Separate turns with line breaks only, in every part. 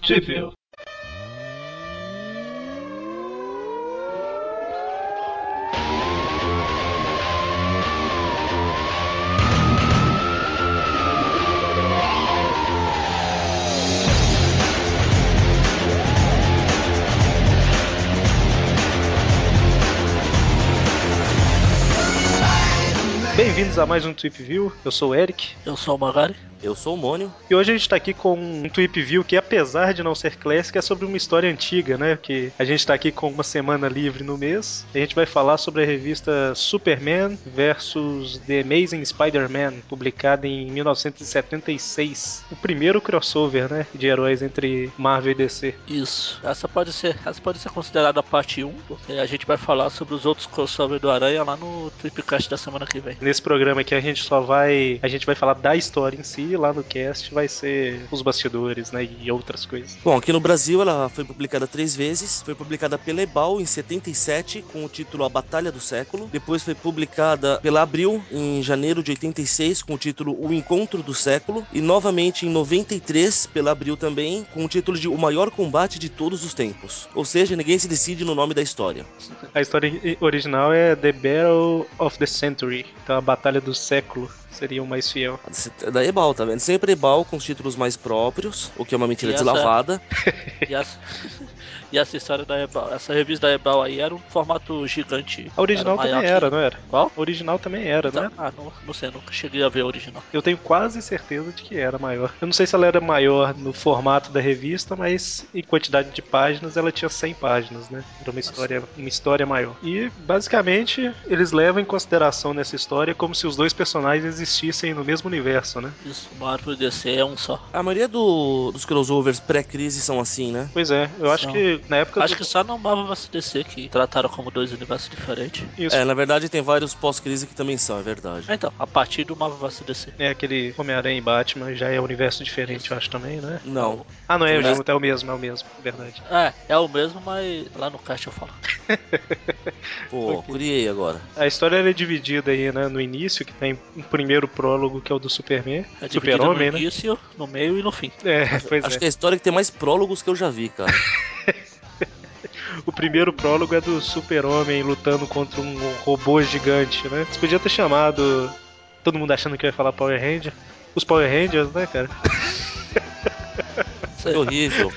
Possível. Bem-vindos a mais um Trip View. Eu sou o Eric
Eu sou o Magari.
Eu sou o Mônio.
e hoje a gente tá aqui com um Trip View que, apesar de não ser clássico, é sobre uma história antiga, né? Que a gente tá aqui com uma semana livre no mês. E a gente vai falar sobre a revista Superman versus The Amazing Spider-Man, publicada em 1976. O primeiro crossover, né? De heróis entre Marvel e DC.
Isso. Essa pode ser, essa pode ser considerada a parte 1, porque a gente vai falar sobre os outros crossover do Aranha lá no Tripcast da semana que vem.
Nesse programa aqui a gente só vai. A gente vai falar da história em si, e lá no cast vai ser os bastidores, né? E outras coisas.
Bom, aqui no Brasil ela foi publicada três vezes. Foi publicada pela Ebal em 77 com o título A Batalha do Século. Depois foi publicada pela Abril em janeiro de 86 com o título O Encontro do Século. E novamente em 93 pela Abril também com o título de O Maior Combate de Todos os Tempos. Ou seja, ninguém se decide no nome da história.
A história i- original é The Battle of the Century, então a Batalha do Século seria o mais fiel.
É Da Ebal, tá vendo? Sempre Ebal com os títulos mais próprios, o que é uma mentira
E essa-
deslavada.
E essa, e essa história da Ebal, essa revista da Ebal aí era um formato gigante.
A original
Era maior
também
que-
era, né? não era?
Qual?
A original também era, né?
Ah, não, não sei, nunca cheguei a ver a original.
Eu tenho quase certeza de que era maior. Eu não sei se ela era maior no formato da revista, mas em quantidade de páginas ela tinha 100 páginas, né? Era uma história, uma história maior. E basicamente eles levam em consideração nessa história como se os dois personagens existissem no mesmo universo, né?
Isso, Marvel e DC é um só.
A maioria do- dos crossovers pré-crise são assim, né?
Pois é, eu acho
São.
que na época
Acho
do-
que só no Marvel vs DC que trataram como dois universos diferentes.
isso
É, na verdade tem vários pós-crise que também são, é verdade.
Ah, Então, a partir do Marvel vs DC.
É, aquele Homem-Aranha e Batman já é um universo diferente, eu acho também, né?
Não.
Ah, não é,
É.
junto, é o mesmo, é o mesmo, verdade.
É, é o mesmo, mas lá no cast eu falo.
Pô, curiei agora.
A história ela é dividida aí, né, no início, que tem um primeiro prólogo que é o do Superman,
É dividido no
Super-Homem, né?
início, no meio e no fim.
É, pois
Acho
é.
que é a história que tem mais prólogos que eu já vi, cara.
O primeiro prólogo é do Super-Homem lutando contra um robô gigante, né? Você podia ter chamado todo mundo achando que eu ia falar Power Ranger. Os Power Rangers, né, cara?
Isso é horrível.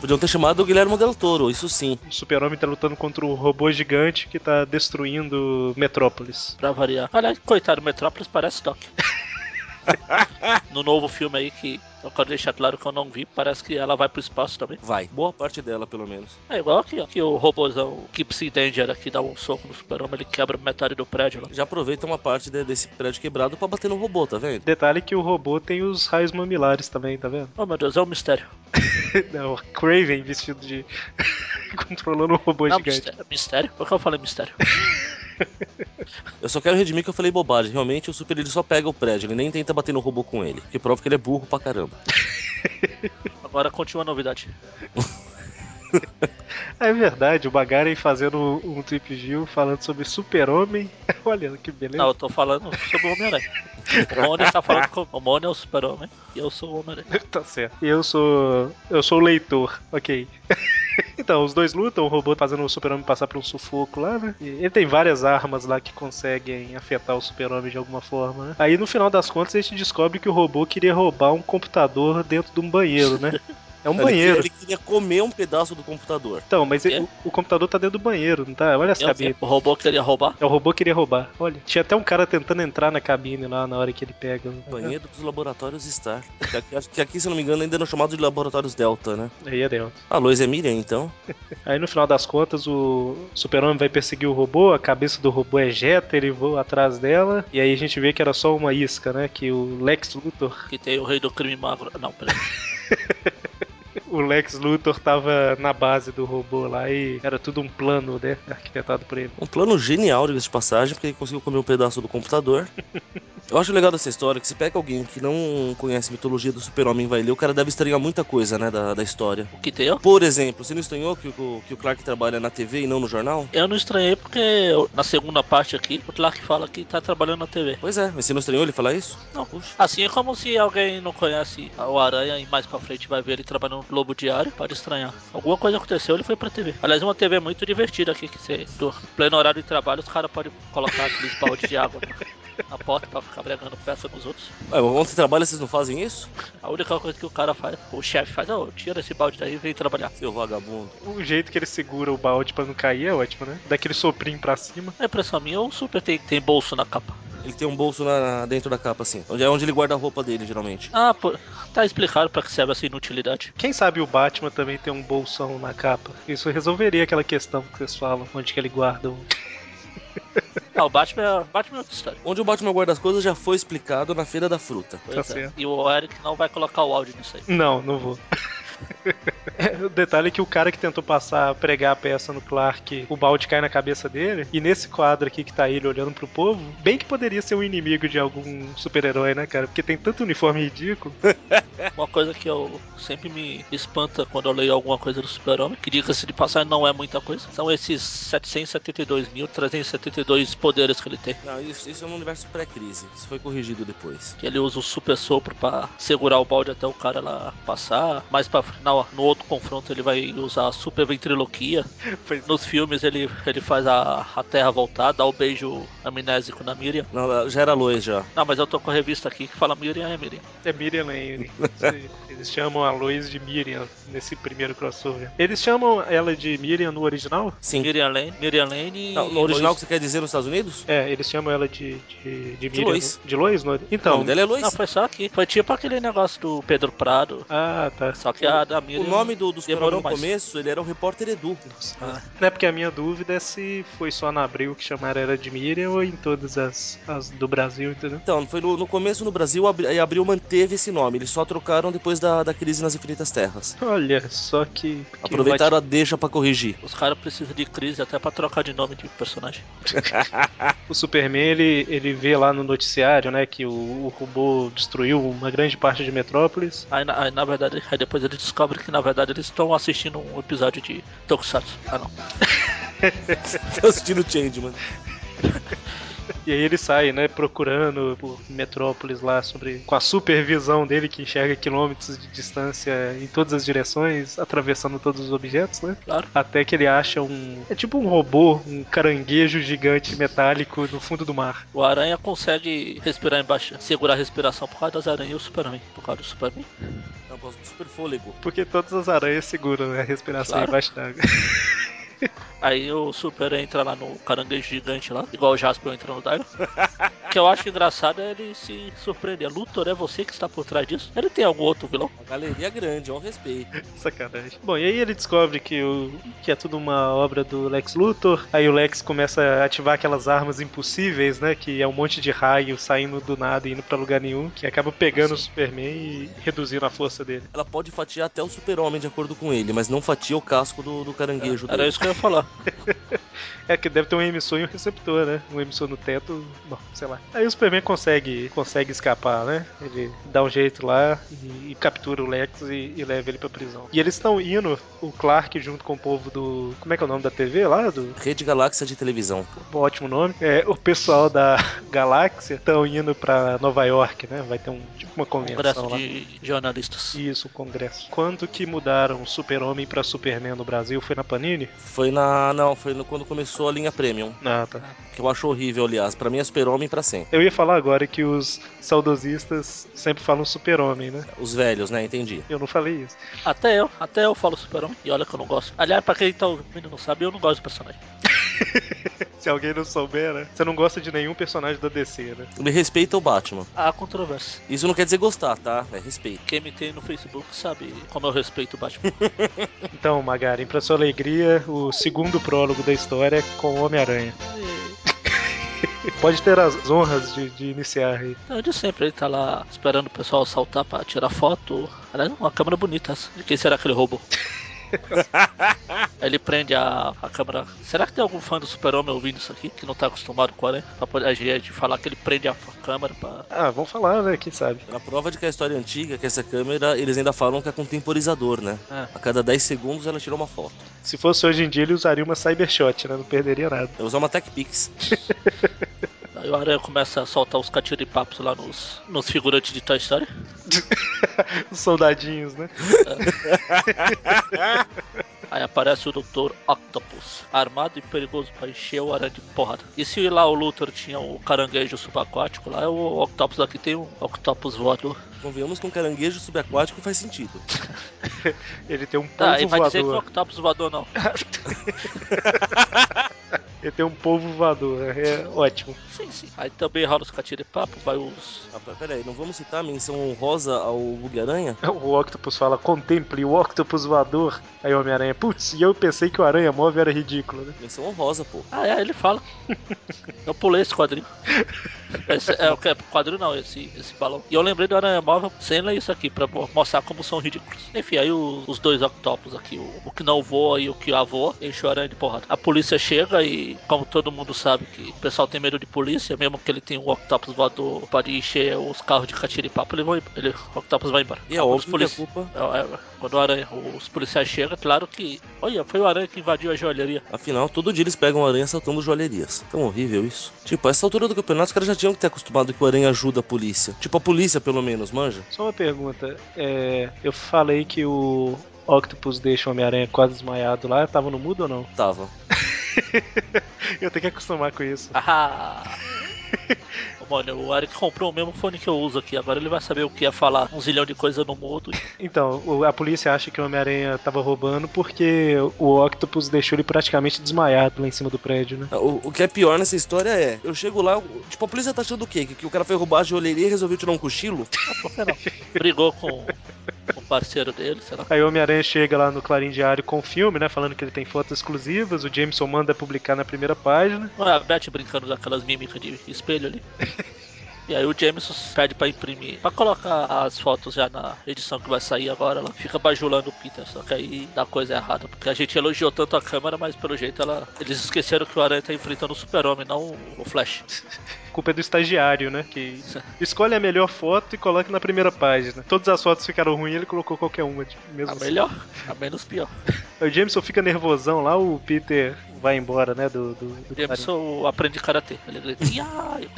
Podiam ter chamado o Guilherme Del Toro, isso sim.
O Super-Homem tá lutando contra o robô gigante que tá destruindo Metrópolis.
Pra variar. Aliás, coitado, Metrópolis parece Doc. no novo filme aí que eu quero deixar claro que eu não vi, parece que ela vai pro espaço também.
Vai, boa parte dela, pelo menos.
É igual aqui, ó, que o robôzão Kipsy Danger aqui dá um soco no super-homem, ele quebra metade do prédio lá.
Já aproveita uma parte de- desse prédio quebrado pra bater no robô, tá vendo?
Detalhe que o robô tem os raios mamilares também, tá vendo?
Oh meu Deus, é um mistério.
Não, Craven vestido de. controlando um robô
Não,
gigante.
É mistério. mistério? Por que eu falei mistério?
Eu só quero redimir que eu falei bobagem. Realmente, o Super ele só pega o prédio, ele nem tenta bater no robô com ele. Que prova que ele é burro pra caramba.
Agora continua a novidade.
É verdade, o Bagaren fazendo um trip view falando sobre Super-Homem. Olha que beleza.
Não, eu tô falando sobre o Homem-Aranha. O Mônio tá falando com o Mônio é o super-homem e eu sou o Homem-Aranha.
Tá certo. E eu sou. Eu sou o leitor, ok. Então, os dois lutam, o robô fazendo o super-homem passar por um sufoco lá, né? E ele tem várias armas lá que conseguem afetar o super-homem de alguma forma, né? Aí no final das contas a gente descobre que o robô queria roubar um computador dentro de um banheiro, né? É um
Cara, ele queria-
banheiro.
Ele queria comer um pedaço do computador.
Então, mas
Quê?
o, o computador tá dentro do banheiro, não tá? Olha essa
Eu-
cabine.
O robô queria roubar?
É o robô queria roubar. Olha, tinha até um cara tentando entrar na cabine lá na hora que ele pega. né?
Banheiro dos laboratórios Star. Que aqui, acho que aqui, se eu não me engano, ainda não é chamado de laboratórios Delta, né?
Aí é dentro.
A Lois é Miriam, então.
Aí no final das contas o super-homem vai perseguir o robô, a cabeça do robô é jeta, ele voa atrás dela. E aí a gente vê que era só uma isca, né? Que o Lex Luthor,
Que tem o rei do crime magro. Não, peraí.
o Lex Luthor tava na base do robô lá e era tudo um plano, né? Arquitetado por ele.
Um plano genial, diga-se de passagem, porque ele conseguiu comer um pedaço do computador. Eu acho legal dessa história que se pega alguém que não conhece a mitologia do super-homem e vai ler, o cara deve estranhar muita coisa, né, da, da história.
O que deu?
Por exemplo, você não estranhou que, o- que o Clark trabalha na TV e não no jornal?
Eu não estranhei porque eu- na segunda parte aqui, o Clark fala que tá trabalhando na TV.
Pois é, mas você não estranhou ele falar isso?
Não, puxa. Assim é como se alguém não conhece o Aranha e mais pra frente vai ver ele trabalhando no Globo Diário, pode estranhar. Alguma coisa aconteceu, ele foi pra TV. Aliás, é uma TV muito divertida aqui, que você, do pleno horário de trabalho, os caras podem colocar aqueles baldes de água na, na porta pra ficar bregando peça com os outros.
Ué, onde você É, trabalha, vocês não fazem isso?
A única coisa que o cara faz, o chefe faz, ó, tira esse balde daí e vem trabalhar.
Seu vagabundo.
O jeito que ele segura o balde pra não cair é ótimo, né? Daquele soprinho pra cima.
A É impressão minha, o Super tem, tem bolso na capa.
Ele tem um bolso na- dentro da capa, assim. Onde é onde ele guarda a roupa dele, geralmente.
Ah, pô, tá explicado pra que serve essa inutilidade.
Quem sabe o Batman também tem um bolsão na capa? Isso resolveria aquela questão que vocês falam, onde que ele guarda o.
Ah, o Batman é, Batman é outra história.
Onde o Batman guarda as coisas já foi explicado na Feira da Fruta.
Pois é.
certo.
E o Eric não vai colocar o áudio nisso aí.
Não, não vou. o detalhe é que o cara que tentou passar, pregar a peça no Clark, o balde cai na cabeça dele. E nesse quadro aqui que tá ele olhando pro povo, bem que poderia ser um inimigo de algum super-herói, né, cara? Porque tem tanto uniforme ridículo.
Uma coisa que eu sempre me espanta quando eu leio alguma coisa do Super-Homem, que diga-se de passagem não é muita coisa, são esses 772.372 poderes que ele tem.
Não, isso, isso é um universo pré-crise. Isso foi corrigido depois.
Que ele usa o super sopro pra segurar o balde até o cara lá passar. Mais pra fr- na- no outro confronto ele vai usar a super ventriloquia.
Pois
Nos filmes ele, ele faz a, a terra voltar, dá o beijo amnésico na Miriam.
Não, já era Lois já.
Não, mas eu tô com a revista aqui que fala Miriam é Miriam.
É Miriam Lane. Isso, Eles chamam a Lois de Miriam nesse primeiro crossover. Eles chamam ela de Miriam no original?
Sim.
Miriam Lane, Miriam Lane.
Não,
e
no original
Lois-
que você quer dizer nos Estados Unidos?
É, eles chamam ela de, de, de Miriam. né?
Lois.
De Lois? No...
o
Então.
nome dela é Lois.
Não, foi só aqui. Foi tipo aquele negócio do Pedro Prado.
Ah, tá.
Só que a da Miriam.
O nome do, do super-homem
Demorou
no
mais.
começo, ele era um repórter Edu.
Ah.
É porque a minha dúvida é se foi só na Abril que chamaram ela de Miriam ou em todas as, as do Brasil, entendeu?
Então, foi no, no começo no Brasil, abri, aí Abril manteve esse nome. Eles só trocaram depois da, da crise nas Infinitas Terras.
Olha, só que. que
Aproveitaram a deixa pra corrigir.
Os caras precisam de crise até pra trocar de nome de personagem.
ótimo. O Superman, ele, ele vê lá no noticiário, né, que o, o robô destruiu uma grande parte de Metrópolis.
Aí na, aí, na verdade, aí depois ele descobre que na verdade eles estão assistindo um episódio de Tokusatsu. Ah não.
Tô assistindo Change, mano.
E aí ele sai, né, procurando por Metrópolis lá sobre. Com a supervisão dele que enxerga quilômetros de distância em todas as direções, atravessando todos os objetos, né?
Claro.
Até que ele acha um. É tipo um robô, um caranguejo gigante metálico no fundo do mar.
O Aranha consegue respirar embaixo, segurar a respiração por causa das aranhas e o Superman. Por causa do Superman.
Não, por causa do super fôlego.
Porque todas as aranhas seguram né, a respiração
Claro.
embaixo d'água.
Aí o Super entra lá no caranguejo gigante lá, igual o Jasper entra no Dylan. o que eu acho engraçado é ele se surpreender. Luthor, é você que está por trás disso? Ele tem algum outro vilão?
Uma galeria é grande, ó, respeito.
Sacanagem. Bom, e aí ele descobre que, o, que é tudo uma obra do Lex Luthor. Aí o Lex começa a ativar aquelas armas impossíveis, né? Que é um monte de raio saindo do nada e indo pra lugar nenhum. Que acaba pegando o Superman e reduzindo a força dele.
Ela pode fatiar até o super-homem de acordo com ele, mas não fatia o casco do, do caranguejo
Era
dele.
isso que eu ia falar.
É que deve ter um emissor e um receptor, né? Um emissor no teto, bom, sei lá. Aí o Superman consegue, consegue escapar, né? Ele dá um jeito lá e, e captura o Lex e, e leva ele pra prisão. E eles estão indo, o Clark junto com o povo do. Como é que é o nome da TV lá? Do
Rede Galáxia de Televisão.
um ótimo nome. É, o pessoal da Galáxia estão indo pra Nova York, né? Vai ter um tipo uma
Congresso
convenção lá.
de jornalistas.
Isso, um congresso. Quando que mudaram Super-Homem pra Superman no Brasil? Foi na Panini?
Foi na. Não, foi no- quando começou a linha Premium.
Ah, tá.
Que eu acho horrível, aliás. Pra mim é super-homem pra sempre.
Eu ia falar agora que os saudosistas sempre falam super-homem, né?
Os velhos, né? Entendi.
Eu não falei isso.
Até eu, até eu falo Super-Homem. E olha que eu não gosto. Aliás, pra quem tá ouvindo e não sabe, eu não gosto do personagem.
Se alguém não souber, né? Você não gosta de nenhum personagem da DC, né?
Me respeita o Batman.
Há controvérsia.
Isso não quer dizer gostar, tá? É respeito.
Quem me tem no Facebook sabe como eu respeito o Batman.
Então, Magarin, pra sua alegria, o segundo prólogo da história é com o Homem-Aranha.
E,
Pode ter as honras de, de iniciar aí.
então, de sempre, ele tá lá é esperando o pessoal saltar pra tirar foto. Aliás, uma câmera bonita essa. De quem será que ele roubou? Aí ele prende a, a câmera. Será que tem algum fã do Super-Homem ouvindo isso aqui que não tá acostumado com a aranha? Pra poder a gente falar que ele prende a f- câmera pra.
Ah, vamos falar, né? Quem sabe?
A prova de que a história é antiga, que essa câmera, eles ainda falam que é com temporizador, né?
É.
A cada 10 segundos ela tira uma foto.
Se fosse hoje em dia, ele usaria uma Cybershot, né? Não perderia nada.
Eu usar uma Tech Pix.
Aí o aranha começa a soltar os catiripapos lá nos, nos figurantes de Toy Story.
Os soldadinhos, né?
Aí aparece o Dr. Octopus, armado e perigoso pra encher o aranha de porrada. E se lá o Luthor tinha o caranguejo subaquático, lá o Octopus aqui tem um Octopus voador.
Convenhamos que um caranguejo subaquático faz sentido.
Ele tem um polvo
Tá, e vai dizer que não é
voador.
Octopus voador não.
Ele tem um polvo voador, né? É ótimo.
Sim, sim. Aí também rola os catiripapos, vai os...
Ah, pe- pera aí, não vamos citar a menção honrosa ao Bug-Aranha?
É O Octopus fala, contemple o Octopus voador. Aí o Homem-Aranha, putz, e eu pensei que o Aranha Móvel era ridículo, né?
Menção honrosa, pô.
Ah, é, ele fala. Eu pulei esse quadrinho. Esse- é o que? Quadrinho não, esse, esse balão. E eu lembrei do Aranha Móvel, cena isso aqui, pra mo- mostrar como são ridículos. Enfim, aí o- os dois octopus aqui, o, o que não voa e o que voa, enche o aranha de porrada. A polícia chega e, como todo mundo sabe que o pessoal tem medo de polícia, mesmo que ele tenha um octopus voador pra encher os carros de catiripapo, ele vai, ele, o octopus vai embora.
E é
Os
óbvio que a
polici-
culpa,
é, é, Quando o aranha, os policiais chegam, é claro que. Olha, foi o aranha que invadiu a joalheria.
afinal, todo dia eles pegam aranha saltando joalherias. Tão horrível isso. Tipo, a essa altura do campeonato os caras já tinham que ter acostumado que o aranha ajuda a polícia. Tipo, a polícia pelo menos, manja?
Só uma pergunta. É, eu falei que o Octopus deixa o Homem-Aranha quase desmaiado lá. Tava no mudo ou não?
Tava.
Eu tenho que acostumar com isso.
Ah! Mano, o Eric comprou o mesmo fone que eu uso aqui. Agora ele vai saber o que é falar um zilhão de coisa no mundo.
Então, o- a polícia acha que o Homem-Aranha tava roubando porque o Octopus deixou ele praticamente desmaiado lá em cima do prédio, né?
O, o que é pior nessa história é, eu chego lá, eu- tipo, a polícia tá achando o quê? Que, que o cara foi roubar a joalheria e resolveu tirar um cochilo?
Brigou com com o parceiro dele, sei lá.
Aí o Homem-Aranha chega lá no Clarim Diário com o filme, né? Falando que ele tem fotos exclusivas, o Jameson manda publicar na primeira página.
Não é a Beth brincando daquelas mímicas de espelho ali. E aí o Jameson pede pra imprimir, pra colocar as fotos já na edição que vai sair agora. Ela fica bajulando o Peter, só que aí dá coisa errada. Porque a gente elogiou tanto a câmera, mas pelo jeito ela... eles esqueceram que o Aranha tá enfrentando o Super-Homem, não o Flash.
A culpa é do estagiário, né? Que escolhe a melhor foto e coloca na primeira página. Todas as fotos ficaram ruins, ele colocou qualquer uma, tipo, mesmo
A
assim.
Tá melhor, a menos pior.
Aí o Jameson fica nervosão lá, o Peter vai embora, né? Do, do, do Clarim.
Jameson aprende karatê. Ele grita, "Iai!"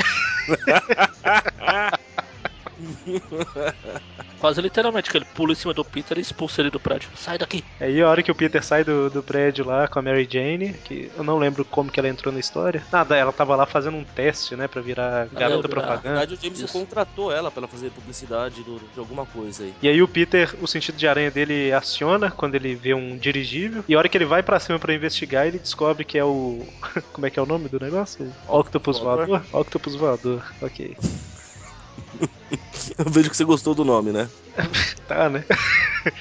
Quase literalmente que ele pula em cima do Peter e expulsa ele do prédio. Sai daqui!
Aí a hora que o Peter sai do, do prédio lá com a Mary Jane, que eu não lembro como que ela entrou na história. Nada, ela tava lá fazendo um teste, né, pra virar garota
virar.
Na
propaganda.
verdade, o Jameson
isso.
contratou ela pra ela fazer publicidade do- de alguma coisa aí.
E aí o Peter, o sentido de aranha dele aciona quando ele vê um dirigível. E a hora que ele vai pra cima pra investigar, ele descobre que é o como é que é o nome do negócio? Octopus
Voador.
voador. Octopus voador. OK.
Eu vejo que você gostou do nome, né?
Tá, né?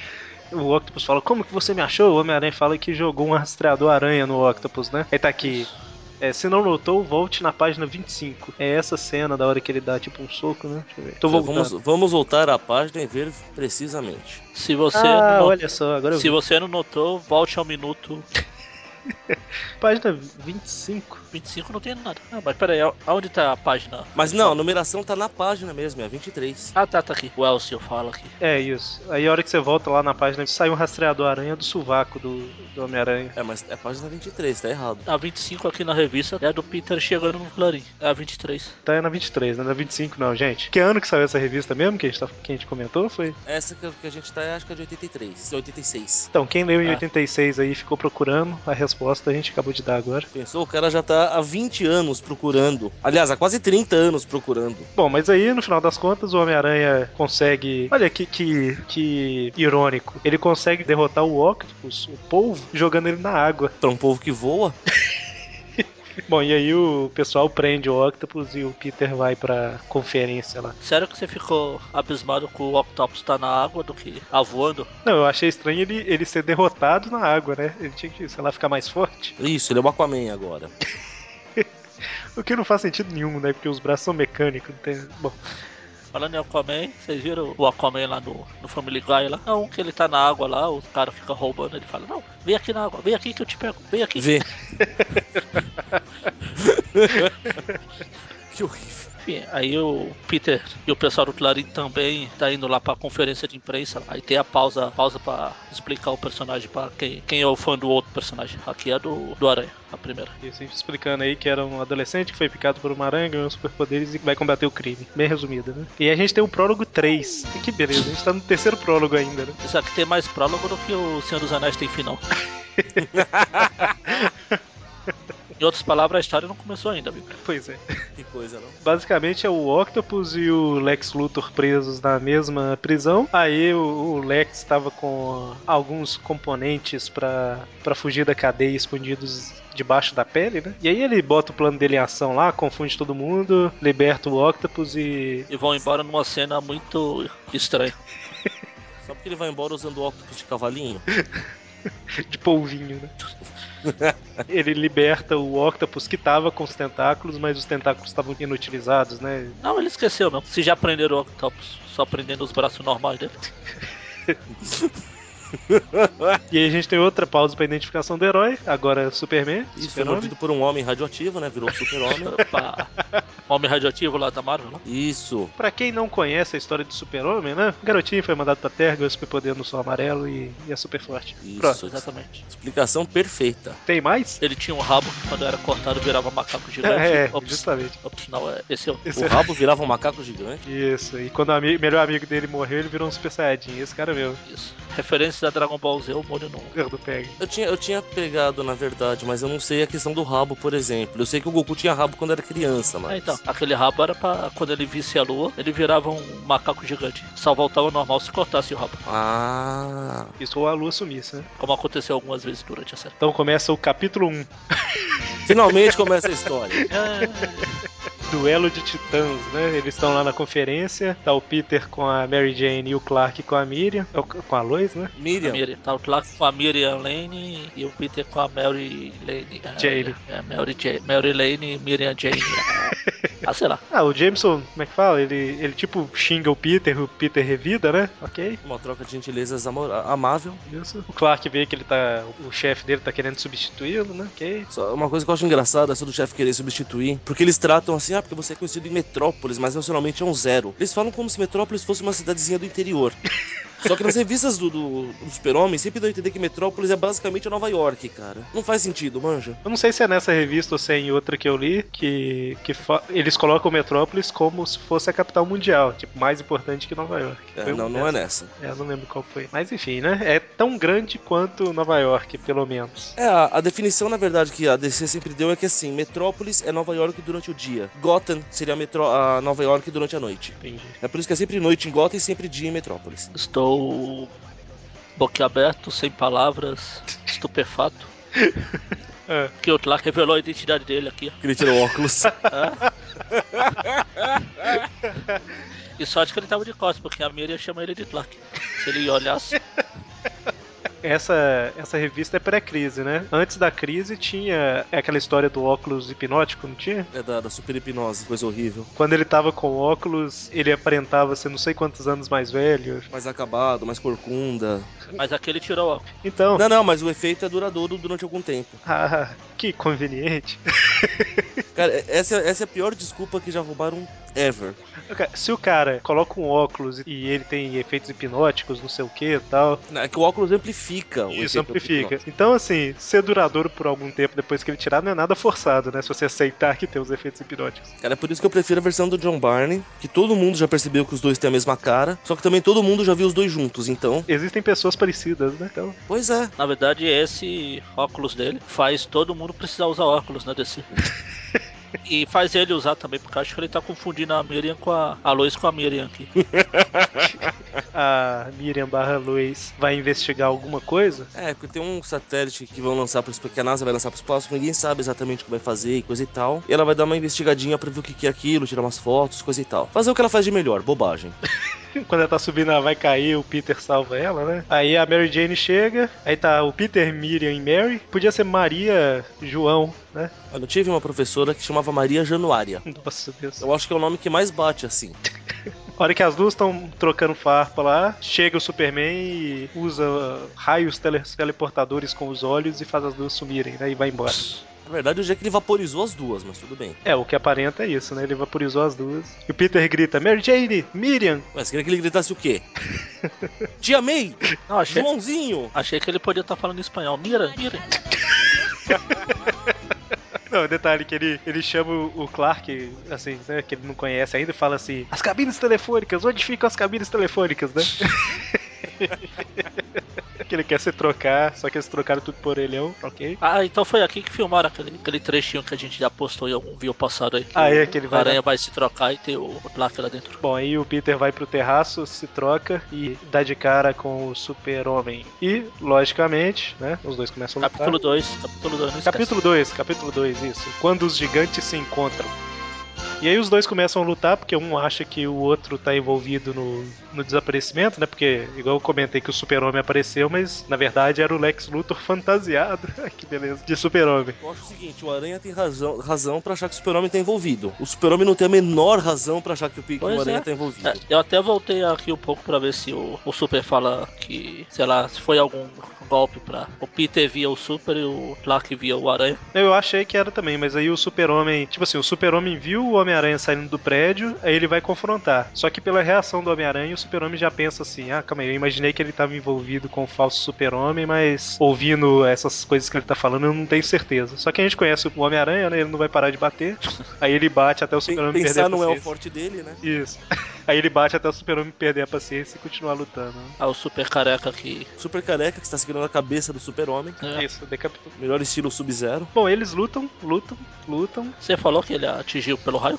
O Octopus fala, como que você me achou? O Homem-Aranha fala que jogou um rastreador aranha no Octopus, né? Aí tá aqui. É, se não notou, volte na página 25. É essa cena da hora que ele dá tipo um soco, né? Deixa eu ver. Tô voltando.
Então Vamos, vamos voltar à página e ver precisamente.
Se você,
ah,
não,
olha só, agora eu
se
vi.
você não notou, volte ao minuto
Página 25.
25, não tem nada. Ah, mas peraí, aonde tá a página?
Mas não, a numeração tá na página mesmo, é a 23.
Ah, tá, tá aqui. O Elcio fala aqui.
É isso. Aí a hora que você volta lá na página, sai um rastreador aranha do sovaco do, do Homem-Aranha.
É, mas é a página 23, tá errado.
A 25 aqui na revista é a do Peter chegando no Clarim. É a 23.
Tá na 23, né? Na 25 não, gente. Que ano que saiu essa revista mesmo que a gente, tá- que a gente comentou? Foi.
Essa que que a gente tá, acho que é de 83, 86.
Então, quem leu em
Ah.
86 aí ficou procurando a resposta, a gente acabou de dar agora.
Pensou? O cara já tá há 20 anos procurando. Aliás, há quase 30 anos procurando.
Bom, mas aí no final das contas o Homem-Aranha consegue. Olha que, que, que irônico. Ele consegue derrotar o Octopus, o polvo, jogando ele na água.
Pra um povo que voa,
Bom, e aí o pessoal prende o Octopus e o Peter vai pra conferência lá.
Sério que você ficou abismado com o Octopus tá na água do que a voando?
Não, eu achei estranho ele, ele ser derrotado na água, né? Ele tinha que, sei lá, ficar mais forte.
isso, ele é o Aquaman agora.
O que não faz sentido nenhum, né? Porque os braços são mecânicos, não tem. Bom.
Falando em Aquaman, vocês viram o Aquaman lá no, no Family Guy lá? Não, que ele tá na água lá, o cara fica roubando, ele fala, não, vem aqui na água, vem aqui que eu te pego, vem aqui.
Vê. que horrível.
Enfim, aí o Peter e o pessoal do Clarim também tá indo lá pra conferência de imprensa. Aí tem a pausa, pausa pra explicar o personagem pra quem, quem é o fã do outro personagem. Aqui é do, do Aranha, a primeira.
E sempre explicando aí que era um adolescente que foi picado por uma aranha, ganhou superpoderes e vai combater o crime. Bem resumida, né? E a gente tem o prólogo 3. Que beleza, a gente tá no terceiro prólogo ainda, né?
Isso aqui tem mais prólogo do que o Senhor dos Anéis tem final. em outras palavras, a história não começou ainda, viu?
Pois é.
Que coisa, não?
Basicamente é o Octopus e o Lex Luthor presos na mesma prisão. Aí o, o Lex estava com alguns componentes pra pra fugir da cadeia escondidos debaixo da pele, né? E aí ele bota o plano dele em ação lá, confunde todo mundo, liberta o Octopus e.
E vão embora numa cena muito estranha.
Só porque ele vai embora usando óculos de cavalinho.
de polvinho, né? Ele liberta o Octopus que tava com os tentáculos, mas os tentáculos estavam inutilizados, né?
Não, ele esqueceu mesmo. Se já prenderam o Octopus, só prendendo os braços normais dele.
E aí a gente tem outra pausa pra identificação do herói, agora Superman.
Isso foi
Super-Homem.
mordido por um homem radioativo, né? Virou um super-homem.
Opa. Homem radioativo lá da Marvel, né? lá.
Isso.
Pra quem não conhece a história do super-homem, né? O garotinho foi mandado pra Terra, ganhou superpoder no sol amarelo e, e é super forte.
Isso.
Pronto.
Exatamente.
Explicação perfeita.
Tem mais?
Ele tinha um rabo que quando era cortado virava macaco gigante.
É,
Ops-
justamente.
Opcional é esse é o-
Esse
O rabo virava um macaco gigante.
Isso, e quando o ami- melhor amigo dele morreu, ele virou um Super Saiyajin. Esse cara mesmo,
isso. Referência a Dragon Ball Z, o molho não.
cara do PEG.
Eu tinha, eu tinha pegado, na verdade, mas eu não sei a questão do rabo, por exemplo. Eu sei que o Goku tinha rabo quando era criança, mas.
É, então, aquele rabo era pra quando ele visse a lua, ele virava um macaco gigante. Só voltava ao normal se cortasse o rabo,
Ah.
Isso ou a lua sumisse, né?
como aconteceu algumas vezes durante a série.
Então começa o capítulo 1,
Finalmente começa a história.
É,
Duelo de Titãs, né? Eles estão lá na conferência, tá o Peter com a Mary Jane e o Clark com a Miriam, ou com a Lois, né?
a
Miriam.
Miriam, tá o Clark com a Miriam Lane e o Peter com a Mary Lane. É,
Jane.
É, Mary, Jane, Mary Lane e Miriam Jane. ah, sei lá.
Ah, o Jameson, como é que fala? Ele, ele tipo xinga o Peter, o Peter revida, né? Ok.
Uma troca de gentilezas amor- amável.
Isso. O Clark vê que ele tá. O chefe dele tá querendo substituí-lo, né? Ok.
Só uma coisa que eu acho engraçada é sobre o chefe querer substituir. Porque eles tratam assim, ah, porque você é conhecido em Metrópolis, mas nacionalmente é um zero. Eles falam como se Metrópolis fosse uma cidadezinha do interior. Só que nas revistas do, do, do Super-Homem sempre dão a entender que Metrópolis é basicamente Nova York, cara. Não faz sentido, manja.
Eu não sei se é nessa revista ou se é em outra que eu li, que, que fa- eles colocam Metrópolis como se fosse a capital mundial, tipo, mais importante que Nova York.
É,
Foi
não,
uma
não é
dessas.
nessa.
É, eu não lembro qual foi. Mas enfim, né? É tão grande quanto Nova York, pelo menos.
É, a, a definição, na verdade, que a DC sempre deu é que assim, Metrópolis é Nova York durante o dia. Gotham seria a, metró- a Nova York durante a noite.
Entendi.
É por isso que é sempre noite em Gotham e sempre dia em Metrópolis.
Estou boquiaberto, sem palavras, estupefato.
É.
Que o Clark revelou a identidade dele aqui.
Que ele tirou o óculos.
É. E sorte que ele tava de costas, porque a Miriam chama ele de Clark. Se ele olhasse,
Essa, essa revista é pré-crise, né? Antes da crise tinha aquela história do óculos hipnótico, não tinha?
é da, da super hipnose, coisa horrível.
Quando ele tava com óculos, ele aparentava ser não sei quantos anos mais velho.
Mais acabado, mais corcunda.
mas aqui ele tirou o óculos.
Então,
Não, não, mas o efeito é duradouro durante algum tempo.
ah, que conveniente.
Cara, é- essa, essa é a pior desculpa que já roubaram ever.
Cara, Se o cara coloca um óculos e ele tem efeitos hipnóticos, não sei o que e tal,
É que o óculos amplifica o
isso
efeito
amplifica. Então, assim, ser duradouro por algum tempo depois que ele tirar não é nada forçado, né? Se você aceitar que tem os efeitos hipnóticos.
Cara, é por isso que eu prefiro a versão do John Barney, que todo mundo já percebeu que os dois têm a mesma cara, só que também todo mundo já viu os dois juntos, então.
Existem pessoas parecidas, né? Então,
Pois é.
Na verdade, esse óculos dele faz todo mundo precisar usar óculos na DC. E faz ele usar também, porque eu acho que ele tá confundindo a Miriam com a, a Lois com a Miriam aqui.
a Miriam barra Luiz vai investigar alguma coisa.
É, porque tem um satélite que vão lançar pro espa- que a NASA vai lançar pro espaço, ninguém sabe exatamente o que vai fazer e coisa e tal. E ela vai dar uma investigadinha pra ver o que que é aquilo, tirar umas fotos, coisa e tal. Fazer o que ela faz de melhor, bobagem.
Quando ela tá subindo, ela vai cair, o Peter salva ela, né? Aí a Mary Jane chega, aí tá o Peter, Miriam e Mary. Podia ser Maria João, né?
Olha, Eu tive uma professora que chamava Maria Januária.
Nossa, Deus.
Eu acho que é o nome que mais bate assim.
A hora que as duas estão trocando farpa lá, chega o Superman e usa raios tele- teleportadores com os olhos e faz as duas sumirem, né? E vai embora.
Na verdade, o dia que ele vaporizou as duas, mas tudo bem.
É, o que aparenta é isso, né? Ele vaporizou as duas. E o Peter grita: Mary Jane, Miriam!
Mas queria que ele gritasse o quê? Tia May!
Não, achei,
Joãozinho!
achei que ele podia estar falando em espanhol. Mira, mira.
Não, detalhe que ele, ele chama o o Clark, assim, né? Que ele não conhece ainda e fala assim: As cabines telefônicas, onde ficam as cabines telefônicas, né? que ele quer se trocar, só que eles trocaram tudo por orelhão, ok?
Ah, então foi aqui que filmaram aquele, aquele trechinho que a gente já postou em algum vídeo passado aí.
Ah, é, que ele
O
vai
Aranha vai se trocar e tem o, o Clark lá dentro.
Bom, aí o Peter vai pro terraço, se troca e dá de cara com o Super-Homem. E, logicamente, né? Os dois começam a lutar.
Capítulo 2, capítulo 2, não esquece.
Capítulo 2, capítulo 2, isso. Quando os gigantes se encontram. E aí os dois começam a lutar, porque um acha que o outro tá envolvido no, no desaparecimento, né? Porque, igual eu comentei que o super-homem apareceu, mas na verdade era o Lex Luthor fantasiado. que beleza. De super-homem.
Eu acho o seguinte, o Aranha tem razão, razão pra achar que o Super-Homem tá envolvido. O Super-Homem não tem a menor razão pra achar que o, Pi- que o
Pois
Aranha
é.
tá envolvido.
É, eu até voltei aqui um pouco pra ver se o, o Super fala que, sei lá, se foi algum golpe pra. O Peter via o Super e o Clark via o Aranha.
Eu achei que era também, mas aí o super-homem... Tipo assim, o super-homem viu o Homem-Aranha saindo do prédio, aí ele vai confrontar. Só que pela reação do Homem-Aranha, o super-homem já pensa assim... Ah, calma aí, eu imaginei que ele tava envolvido com o falso super-homem, mas... Ouvindo essas coisas que ele tá falando, eu não tenho certeza. Só que a gente conhece o Homem-Aranha, né? Ele não vai parar de bater. Aí ele bate até o
Pen-
super-homem perder a
Pensar não é o
paciência.
forte dele, né?
Isso. Aí ele bate até o super-homem perder a paciência e continuar lutando. né?
Ah, o Super careca que.
Super careca que está segurando a cabeça do Super-Homem.
né?
Isso, decapitou.
Melhor estilo Sub-Zero.
Bom, eles lutam, lutam, lutam.
Você falou que ele atingiu pelo raio?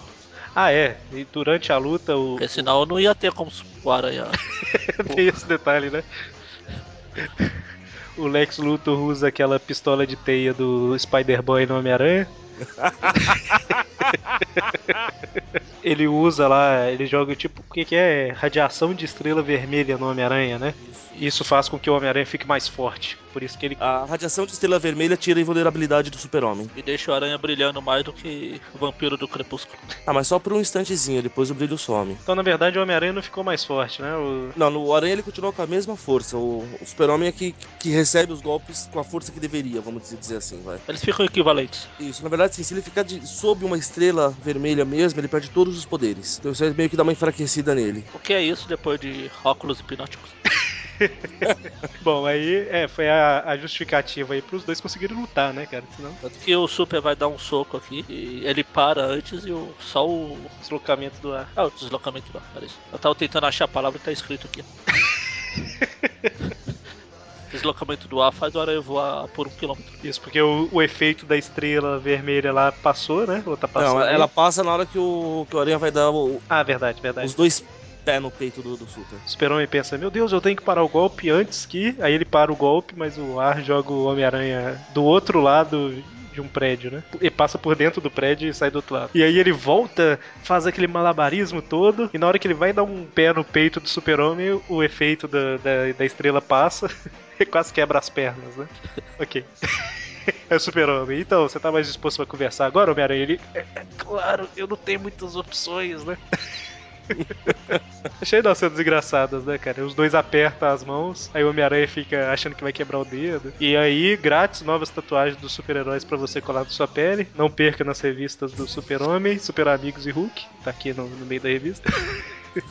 Ah, é. E durante a luta, o,
Porque senão não ia ter como o Aranha.
Tem esse detalhe, né? O Lex Luthor usa aquela pistola de teia do Spider-Boy no Homem-Aranha. ele usa lá, ele joga tipo, o que, que é? Radiação de estrela vermelha no Homem-Aranha, né? Isso faz com que o Homem-Aranha fique mais forte. Por isso que ele.
A radiação de estrela vermelha tira a invulnerabilidade do Super-Homem.
E deixa o Aranha brilhando mais do que o Vampiro do Crepúsculo.
Ah, mas só por um instantezinho, depois o brilho some.
Então, na verdade, o Homem-Aranha não ficou mais forte, né? O-
Não, no Aranha ele continua com a mesma força. O, o Super-Homem é que, que recebe os golpes com a força que deveria, vamos dizer, dizer assim, vai.
Eles ficam equivalentes.
Isso, na verdade, sim, se ele ficar de- sob uma estrela vermelha mesmo, ele perde todos os poderes. Então isso aí meio que dá uma enfraquecida nele.
O que é isso depois de óculos hipnóticos?
Bom, aí é, foi a, a justificativa aí pros dois conseguirem lutar, né, cara? Senão,
Que o Super vai dar um soco aqui e ele para antes e o, só o.
deslocamento do ar.
Ah, o deslocamento lá, peraí. Eu tava tentando achar a palavra que tá escrito aqui. deslocamento do ar faz o aranha voar por um quilômetro.
Isso, porque o, o efeito da estrela vermelha lá passou, né? Ou tá passando?
Não,
aí?
ela passa na hora que o, que o Aranha vai dar o-
Ah, verdade, verdade.
os dois pés no peito do, do Super.
O Super-Homem pensa, meu Deus, eu tenho que parar o golpe antes que... Aí ele para o golpe, mas o ar joga o Homem-Aranha do outro lado de um prédio, né? E passa por dentro do prédio e sai do outro lado. E aí ele volta, faz aquele malabarismo todo, e na hora que ele vai dar um pé no peito do Super-Homem, o efeito da, da, da estrela passa e quase quebra as pernas, né? Ok. É o super-homem. Então, você tá mais disposto pra conversar agora, Homem-Aranha? Ele. É, é claro, eu não tenho muitas opções, né? Achei das cenas engraçadas, né, cara? Os dois apertam as mãos, aí o Homem-Aranha fica achando que vai quebrar o dedo. E aí, grátis, novas tatuagens dos super-heróis pra você colar na sua pele. Não perca nas revistas do Super-Homem, Super Amigos e Hulk. Tá aqui no, no meio da revista.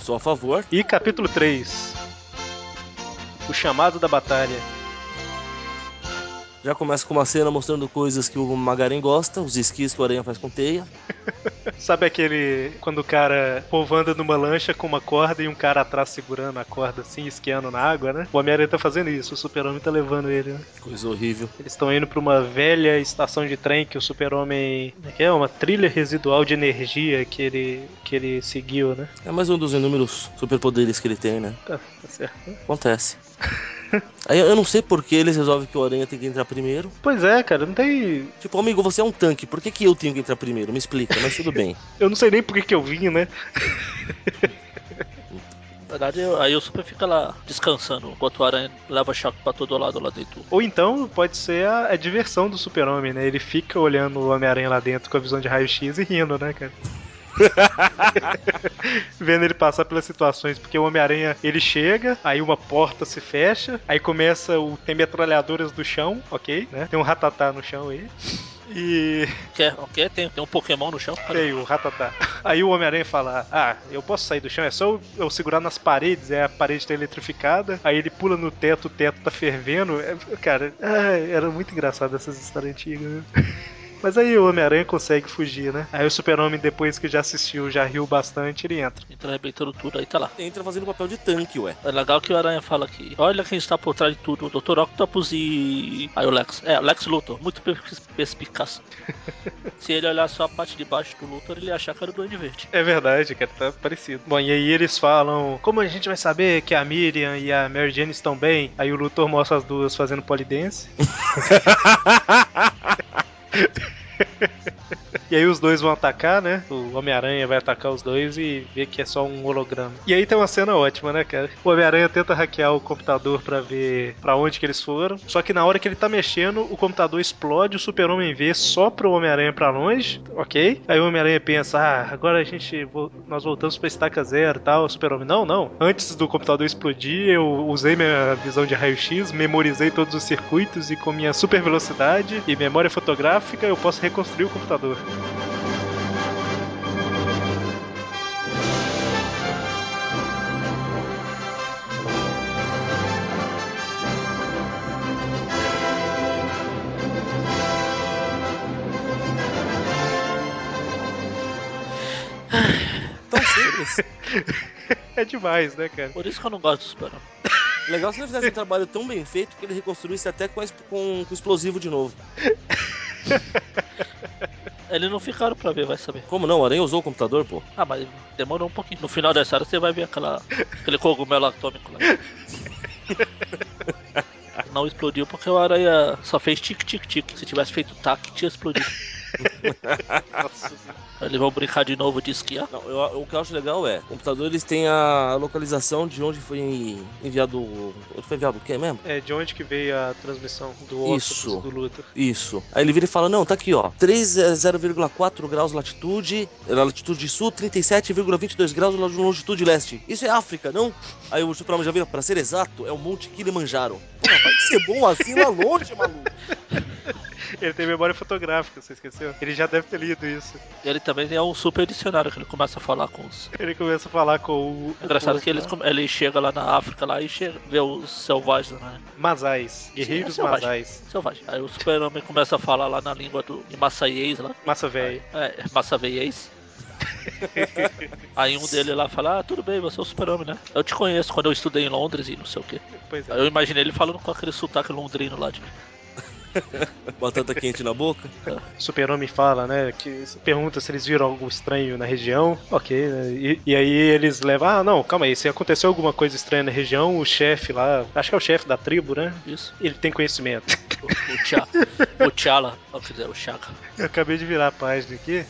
Sou a favor.
E capítulo 3. O chamado da batalha.
Já começa com uma cena mostrando coisas que o Magaren gosta, os esquis que o Aranha faz com teia.
Sabe aquele. Quando o cara o povo anda numa lancha com uma corda e um cara atrás segurando a corda assim, esquiando na água, né? O Homem-Aranha tá fazendo isso, o Super-Homem tá levando ele, né?
Coisa horrível.
Eles estão indo pra uma velha estação de trem que o Super-Homem. como é que É uma trilha residual de energia que ele, que ele seguiu, né?
É mais um dos inúmeros superpoderes que ele tem, né?
Tá, tá certo.
Acontece. Aí eu não sei por que eles resolvem que o Aranha tem que entrar primeiro.
Pois é, cara, não tem.
Tipo, amigo, você é um tanque, por que, que eu tenho que entrar primeiro? Me explica, mas tudo bem.
Eu não sei nem por que, que eu vim, né?
Na verdade, eu- aí o Super fica lá descansando, enquanto o aranha leva choque pra todo lado lá dentro.
Ou então pode ser a, a diversão do Super-Homem, né? Ele fica olhando o Homem-Aranha lá dentro com a visão de raio-x e rindo, né, cara? Vendo ele passar pelas situações, porque o Homem-Aranha ele chega, aí uma porta se fecha, aí começa o. Tem metralhadoras do chão, ok, né? Tem um ratatá no chão aí. E
Quer, quer? Tem, tem um Pokémon no chão?
tem o ratatá. Aí o Homem-Aranha fala: Ah, eu posso sair do chão, é só eu, eu segurar nas paredes, é a parede tá eletrificada. Aí ele pula no teto, o teto tá fervendo. É, cara, ai, era muito engraçado essas histórias antigas, né? Mas aí o Homem-Aranha consegue fugir, né? Aí o Super-Homem, depois que já assistiu, já riu bastante, ele entra.
Entra arrebentando tudo, aí tá lá.
Entra fazendo papel de tanque, ué.
É legal que o Aranha fala aqui. Olha quem está por trás de tudo, o Dr. Octopus e. Aí o Lex. É, o Lex Luthor, muito per- perspicaz. Se ele olhar só a parte de baixo do Luthor, ele ia achar que era o Duende Verde.
É verdade, cara, tá parecido. Bom, e aí eles falam: Como a gente vai saber que a Miriam e a Mary Jane estão bem? Aí o Luthor mostra as duas fazendo polidense. E aí os dois vão atacar, né? O Homem-Aranha vai atacar os dois e vê que é só um holograma. E aí tem uma cena ótima, né, cara? O Homem-Aranha tenta hackear o computador pra ver pra onde que eles foram. Só que na hora que ele tá mexendo, o computador explode, o Super-Homem vê só pro Homem-Aranha pra longe, ok? Aí o Homem-Aranha pensa, ah, agora a gente vo- nós voltamos pra estaca zero e tal. O Super-Homem, não, não. Antes do computador explodir, eu usei minha visão de raio-x, memorizei todos os circuitos e com minha super velocidade e memória fotográfica eu posso reconstruir o computador.
Tão simples.
É demais, né, cara?
Por isso que eu não gosto do Super
Legal se ele fizesse um trabalho tão bem feito que ele reconstruísse até com, es- com, com explosivo de novo.
Eles não ficaram pra ver, vai saber.
Como não? O Aranha usou o computador, pô.
Ah, mas demorou um pouquinho. No final dessa hora você vai ver aquela, aquele cogumelo atômico lá. Não explodiu porque o aranha só fez tic-tic-tic. Se tivesse feito tac, tinha explodido. Eles vão brincar de novo de esquiar.
Não, eu- o que eu acho legal é, o computador eles têm a localização de onde foi enviado. o- Onde foi enviado o quê mesmo?
É de onde que veio a transmissão do Octopus
Isso.
e do Luthor.
Isso. Aí ele vira e fala: Não, tá aqui, ó. 3, é, 0,4 graus latitude, era latitude sul, 37,22 graus lo- longitude leste. Isso é África, não? Aí o Supremo já vira: Pra ser exato, é o Monte Kilimanjaro. Pô, vai ser bom assim lá longe, maluco.
Ele tem memória fotográfica, você esqueceu? Ele já deve ter lido isso.
E ele também é um super dicionário que ele começa a falar com os.
Ele começa a falar com o.
É engraçado
o-
que eles, come- ele chega lá na África lá e chega, vê os selvagens, né?
Mazais. Guerreiros
Sim, é selvagem.
Mazais.
Selvagem. Aí o super-homem começa a falar lá na língua do de Massaiês lá.
Massa velha.
É, massa veiês. Aí um dele lá fala, ah, tudo bem, você é o super-homem, né? Eu te conheço quando eu estudei em Londres e não sei o quê.
Pois
Aí
é.
eu imaginei ele falando com aquele sotaque londrino lá de.
Batata quente na boca.
Super-Homem fala, né? Que pergunta se eles viram algo estranho na região. Ok, né? E, e aí eles levam. Ah, não, calma aí. Se aconteceu alguma coisa estranha na região, o chefe lá. Acho que é o chefe da tribo, né?
Isso.
Ele tem conhecimento.
O, o Tcha. O Tchala. Ou quer dizer, o Chaka.
Eu acabei de virar a página aqui.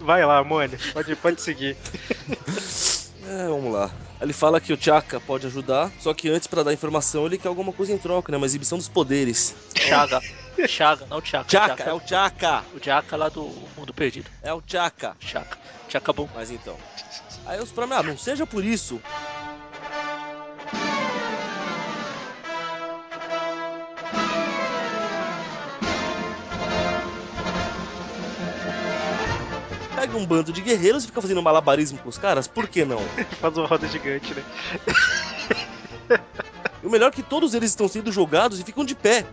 Vai lá, Mônica, pode, pode seguir.
É, vamos lá. Ele fala que o Chaka pode ajudar, só que antes pra dar informação ele quer alguma coisa em troca, né? Uma exibição dos poderes.
Chaga. Chaga, não Tchaka.
Chaka, é o Chaka,
O Tchaka lá do Mundo Perdido.
é o Chaka.
Chaka. Tchaka bom.
Mas então. Aí os Supremo, ah, não seja por isso. Pega um bando de guerreiros e fica fazendo malabarismo com os caras, por que não?
Faz uma roda gigante, né?
E o melhor é que todos eles estão sendo jogados e ficam de pé.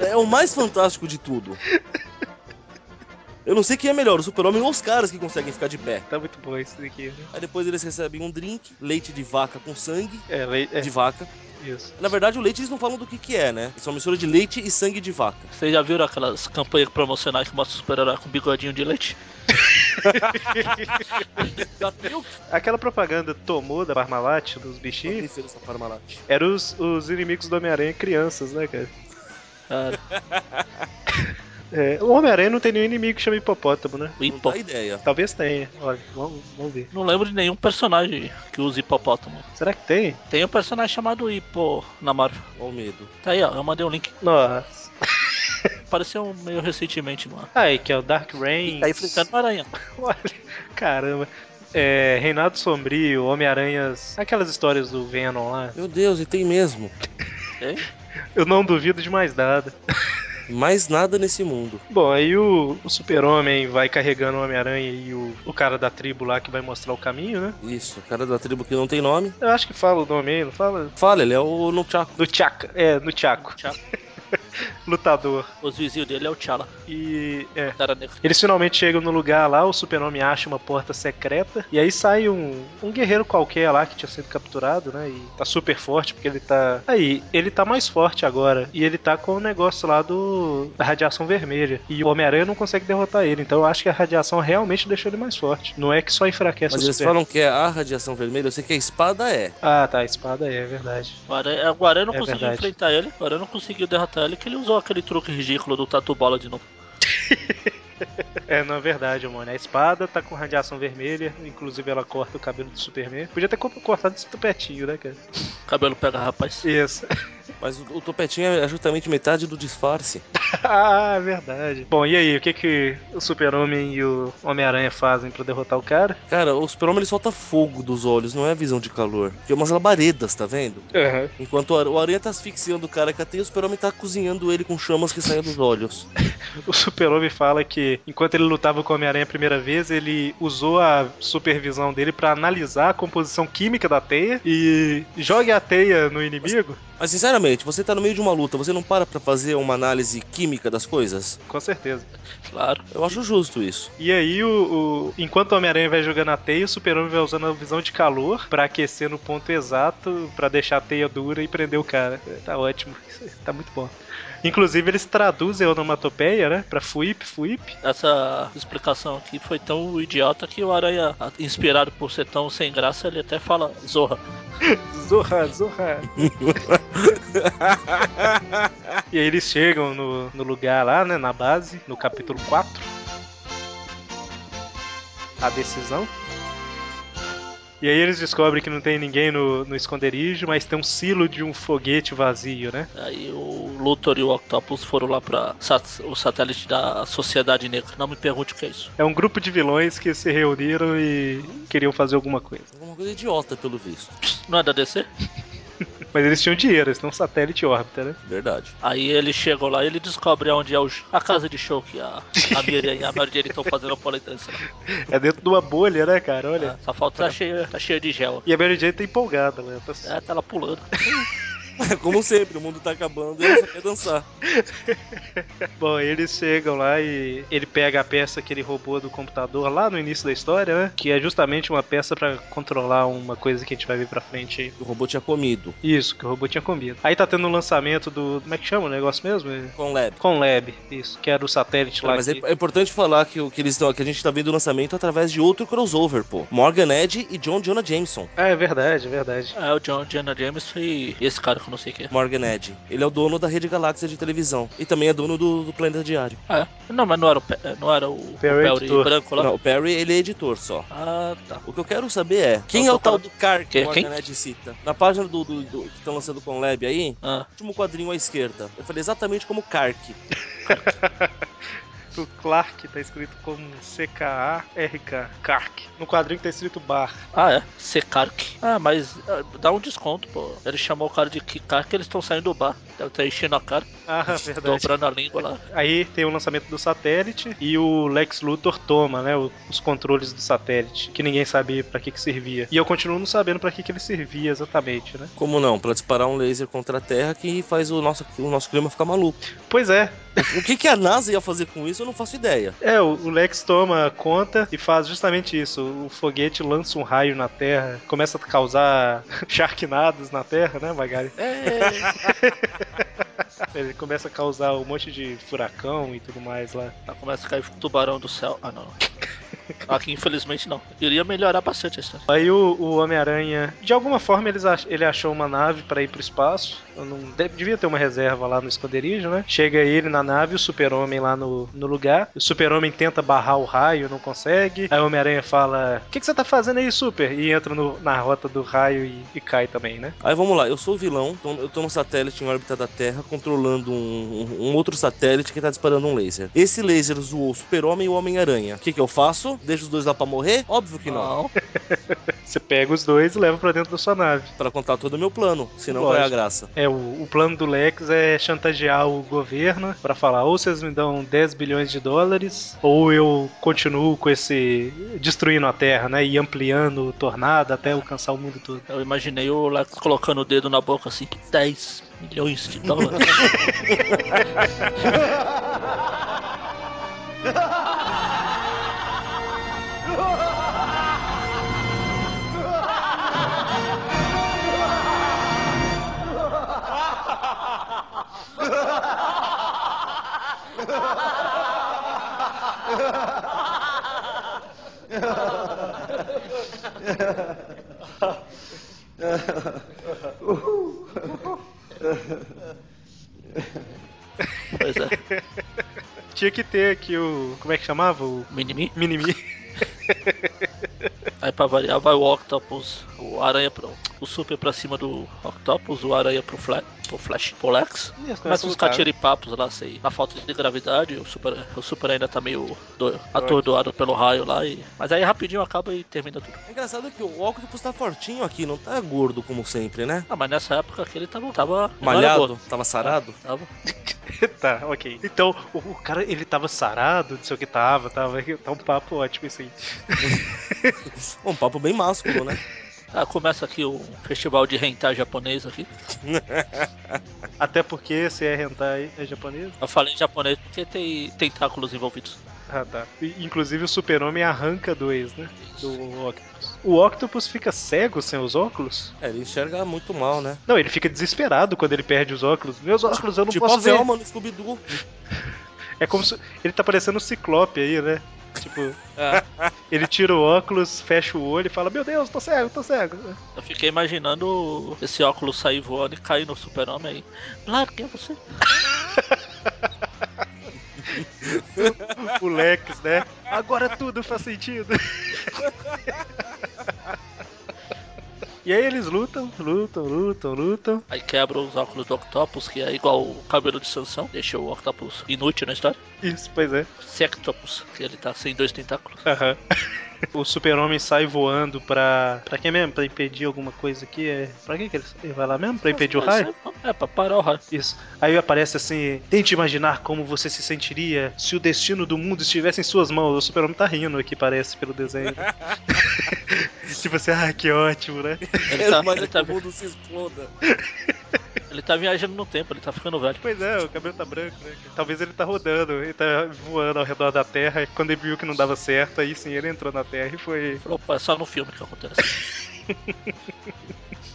É o mais fantástico de tudo. Eu não sei quem é melhor, o super-homem ou os caras que conseguem ficar de pé.
Tá muito bom isso daqui, né?
Aí depois eles recebem um drink, leite de vaca com sangue
É, lei-
de
é
vaca.
isso.
Na verdade, o leite eles não falam do que que é, né? Isso é uma mistura de leite e sangue de vaca.
Vocês já viram aquelas campanhas promocionais que mostra o super-herói com bigodinho de leite?
Bateu
Aquela propaganda tomou da Parmalat, dos bichinhos,
essa Parmalat.
eram os, os inimigos do Homem-Aranha crianças, né, cara?
Cara,
É, o Homem-Aranha não tem nenhum inimigo que chama hipopótamo, né?
o
Não
hipó.
dá ideia.
Talvez tenha, olha, vamos, vamos ver.
Não lembro de nenhum personagem que use hipopótamo.
Será que tem?
Tem um personagem chamado Hippo na Marvel.
Olha o medo.
Tá aí, ó. Eu mandei um link.
Nossa.
apareceu meio recentemente, mano.
Aí, que é o Dark Reigns.
E tá enfrentando o Aranha.
Olha, caramba. É, Reinado Sombrio, Homem-Aranhas, aquelas histórias do Venom lá.
Meu Deus, e tem mesmo.
Hein?
Eu não duvido de mais nada.
Mais nada nesse mundo.
Bom, aí o, o Super-Homem vai carregando o Homem-Aranha e o, o cara da tribo lá que vai mostrar o caminho, né?
Isso, o cara da tribo que não tem nome.
Eu acho que fala o nome aí, não fala?
Fala, ele é o Nunchaku.
No Tchaka. É, no Tchaco.
Tchaka.
Lutador.
Os vizinhos dele é o T'Challa,
E. É.
cara negro.
Eles finalmente chegam no lugar lá, o super-homem acha uma porta secreta, e aí sai um, um guerreiro qualquer lá que tinha sido capturado, né? E tá super forte, porque ele tá. Aí, ele tá mais forte agora. E ele tá com o negócio lá do. da radiação vermelha. E o Homem-Aranha não consegue derrotar ele. Então eu acho que a radiação realmente deixou ele mais forte. Não é que só enfraquece
Mas
o
eles
super.
falam que é a radiação vermelha, eu sei que a espada é.
Ah, tá, a espada é, é verdade.
O Aranha, o Aranha não
É
conseguiu
verdade.
enfrentar ele, o Aranha não conseguiu derrotar ele, que ele usou aquele truque ridículo do Tatu Bola de novo.
É, na verdade, mano. A espada tá com radiação vermelha, inclusive ela corta o cabelo do Superman. Podia ter co- cortado esse tupetinho, né, cara?
Cabelo pega rapaz.
Isso.
Mas o, o topetinho é justamente metade do disfarce.
Ah, verdade. Bom, e aí, o que que o Super-Homem e o Homem-Aranha fazem pra derrotar o cara?
Cara, o super-homem ele solta fogo dos olhos, não é visão de calor. Tem umas labaredas, tá vendo? Enquanto o ar- o aranha tá asfixiando o cara que tem, o super-homem tá cozinhando ele com chamas que saem dos olhos.
O Super-Homem fala que enquanto ele lutava com o Homem-Aranha a primeira vez, ele usou a supervisão dele pra analisar a composição química da teia e jogue a teia no inimigo?
Mas sinceramente, você tá no meio de uma luta, você não para pra fazer uma análise química das coisas?
Com certeza.
Claro.
Eu acho justo isso.
E aí, o, o- enquanto o Homem-Aranha vai jogando a teia, o Super-Homem vai usando a visão de calor pra aquecer no ponto exato, pra deixar a teia dura e prender o cara. É, Tá ótimo, tá muito bom. Inclusive, eles traduzem a onomatopeia, né? Pra fuip, fuip.
Essa explicação aqui foi tão idiota que o Aranha, inspirado por ser tão sem graça, ele até fala Zorra.
Zorra, zorra. e aí eles chegam no, no lugar lá, né? Na base, no capítulo 4. A decisão. E aí eles descobrem que não tem ninguém no, no esconderijo, mas tem um silo de um foguete vazio, né?
Aí o Luthor e o Octopus foram lá pra sat- o satélite da Sociedade Negra. Não me pergunte o que é isso.
É um grupo de vilões que se reuniram e queriam fazer alguma coisa.
Alguma É coisa idiota, pelo visto.
Não é da DC?
Mas eles tinham dinheiro, eles tinham um satélite em órbita, né?
Verdade.
Aí ele chegou lá e ele descobre onde é o- a casa de show que a, a Miriam e a Mary Jane estão fazendo a pole dance lá.
É dentro de uma bolha, né, cara? Olha.
Só falta tá cheia, tá cheia de gel.
E a Mary Jane tá empolgada, né? Tá
É, tá lá pulando.
Como sempre, o mundo tá acabando e ele só quer dançar.
Bom, eles chegam lá e ele pega a peça que ele roubou do computador lá no início da história, né? Que é justamente uma peça pra controlar uma coisa que a gente vai ver pra frente aí.
O robô tinha comido.
Isso, que o robô tinha comido. Aí tá tendo o lançamento do. Como é que chama o negócio mesmo? É-
Com lab.
Conlab, isso, que era o satélite lá.
mas
que-
é, é importante falar que, o que, eles tão, que a gente tá vendo o lançamento através de outro crossover, pô. Morgan Edge e John Jonah Jameson.
Ah, é verdade, é verdade.
É o John Diana James e esse cara que eu não sei quem é.
Morgan Edge. Ele é o dono da Rede Galáxia de televisão. E também é dono do, do Planeta Diário.
Ah, é. Não, mas não era o, Pe- não era o, o
Perry
Perry
Tur-
branco lá?
Não, o Perry, ele é editor só.
Ah, tá.
O que eu quero saber é, quem
Eu
é
tô
o tal
falando-
do Car
Quem?
que o Morgan Edge cita? Na página do, do- do- que estão lançando com o Lab aí,
Ah,
último quadrinho à esquerda. Eu falei exatamente como Kark.
O Clark tá escrito como C-K-A-R-K. Clark. No quadrinho tá escrito bar.
ah é. Sekark. Ah, mas ah, dá um desconto, pô. Ele chamou o cara de Kikark eles estão saindo do bar. Deve estar enchendo a cara,
Ah, verdade.
dobrando a língua lá.
Aí tem o lançamento do satélite e o Lex Luthor toma, né, o- os controles do satélite, que ninguém sabia pra que que servia. E eu continuo não sabendo pra que que ele servia exatamente, né?
Como não? Pra disparar um laser contra a Terra que faz o nosso, o nosso clima ficar maluco.
Pois é,
O que, que a NASA ia fazer com isso, eu não faço ideia.
é, o o Lex toma conta e faz justamente isso. O foguete lança um raio na Terra, começa a causar charquinadas na Terra, né, Magari?
É,
Ele começa a causar um monte de furacão e tudo mais lá.
tá, começa a cair tubarão do céu. Ah, não. Aqui, infelizmente, não. Iria melhorar bastante a história.
Aí o, o Homem-Aranha, de alguma forma, eles ach- ele achou uma nave pra ir pro espaço. Eu Não, de- devia ter uma reserva lá no esconderijo, né? Chega ele na nave, o Super-Homem lá no, no lugar. O Super-Homem tenta barrar o raio, não consegue. Aí o Homem-Aranha fala: O que, que você tá fazendo aí, Super? E entra no- na rota do raio e, e cai também, né?
Aí vamos lá, eu sou o vilão, tô- eu tô num satélite em órbita da Terra, controlando um, um- um outro satélite que tá disparando um laser. Esse laser zoou o Super-Homem e o Homem-Aranha. O que que eu faço? Deixo os dois lá pra morrer? Óbvio que não.
Você pega os dois e leva pra dentro da sua nave.
Pra contar todo o meu plano, senão
Lógico.
qual é a graça?
É, o, o plano do Lex é chantagear o governo pra falar ou vocês me dão 10 bilhões de dólares ou eu continuo com esse destruindo a Terra, né, e ampliando o tornado até alcançar o mundo todo.
Eu imaginei o Lex colocando o dedo na boca assim, 10 milhões de dólares. pois é.
Tinha que ter aqui o como é que chamava o
Minimi.
Minimi.
Aí pra variar vai o Octopus, o Aranha pro. O Super pra cima do Octopus, o Aranha pro, Fla pro Flash pro Lex. Começa uns catiripapos lá, sei, na falta de gravidade, o Super, o super ainda tá meio do, atordoado pelo raio lá, e, mas aí rapidinho acaba e termina tudo.
É engraçado que o Octopus tá fortinho aqui, não tá gordo como sempre, né?
Ah, mas nessa época aqui ele tava. tava ele não era
Malhado,
gordo,
tava sarado.
Tava.
tá, ok. Então, o, o cara, ele tava sarado, não sei o que tava, tava, tá um papo ótimo isso aí.
Um papo bem másculo, né?
Ah, começa aqui o festival de rentar japonês aqui.
Até porque se é hentai é japonês.
Eu falei japonês porque tem tentáculos envolvidos.
Ah, tá. E, inclusive o Super-Homem arranca dois, né? Do Octopus. O Octopus fica cego sem os óculos?
É, ele enxerga muito mal, né?
Não, ele fica desesperado quando ele perde os óculos. Meus óculos, eu não
tipo
posso
a
ver.
Velma no Scooby-Doo.
É como se. Ele tá parecendo um ciclope aí, né? Tipo,
É,
ele tira o óculos, fecha o olho e fala: Meu Deus, tô cego, tô cego.
eu fiquei imaginando esse óculos sair voando e cair no super-homem aí. Claro que é você.
O Lex, né? Agora tudo faz sentido. E aí eles lutam, lutam, lutam, lutam.
Aí quebra os óculos do Octopus, que é igual o cabelo de Sansão. Deixa o Octopus inútil na história.
Isso, pois é.
Sectopus, que ele tá sem dois tentáculos.
Aham. O super-homem sai voando pra. Pra quê mesmo? Pra impedir alguma coisa aqui? É... Pra que, que ele... ele vai lá mesmo? Pra impedir o raio?
É, pra parar o raio.
Isso. Aí aparece assim: tente imaginar como você se sentiria se o destino do mundo estivesse em suas mãos. O super-homem tá rindo aqui, parece, pelo desenho. tipo assim, ah, que ótimo, né?
Ele tá,
Mas
ele, tá,
o mundo se exploda.
ele tá viajando no tempo, ele tá ficando velho.
Pois é, o cabelo tá branco, né? Talvez ele tá rodando, ele tá voando ao redor da Terra. E quando ele viu que não dava certo, aí sim ele entrou na Terra e foi.
Falou, "Pô, é só no filme que acontece.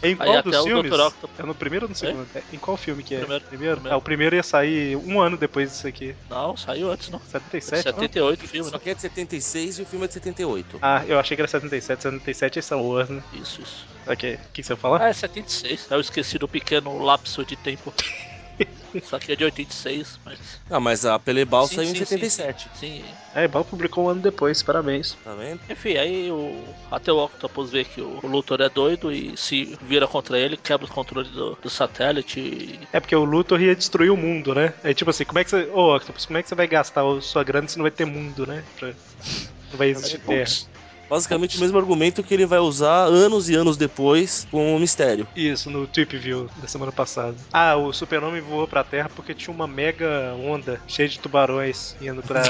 É em
Aí
qual
até
dos
o
filmes?
Dr. Octopus.
É no primeiro ou no segundo? É, em qual filme que é?
Primeiro.
Ah,
Primeiro.
o primeiro ia sair um ano depois disso aqui.
Não, saiu antes, não. É
77? não?
78 o filme, né?
Só
não.
que é de 76 e o filme é de 78.
Ah, eu achei que era 77. 77 é Star Wars, né?
Isso, isso.
Ok, o que você ia falar?
Ah, é 76. Eu esqueci do pequeno lapso de tempo. Isso aqui é de 86, mas.
Ah, mas a Pelebal
Sim,
saiu em
sim,
77,
Sim.
É, Bal publicou um ano depois, parabéns.
tá vendo?
Enfim, aí o. Até o Octopus vê que o, o Luthor é doido e se vira contra ele, quebra os controles do, do satélite e.
É porque o Luthor ia destruir o mundo, né? É tipo assim, como é que você. Ô, Octopus, como é que você vai gastar a sua grana se não vai ter mundo, né? Pra- Não
É
vai existir
tipo
terra.
Basicamente o mesmo argumento que ele vai usar anos e anos depois com o Mistério.
Isso, no Trip View da semana passada. Ah, o super-homem voou pra terra porque tinha uma mega onda cheia de tubarões indo pra.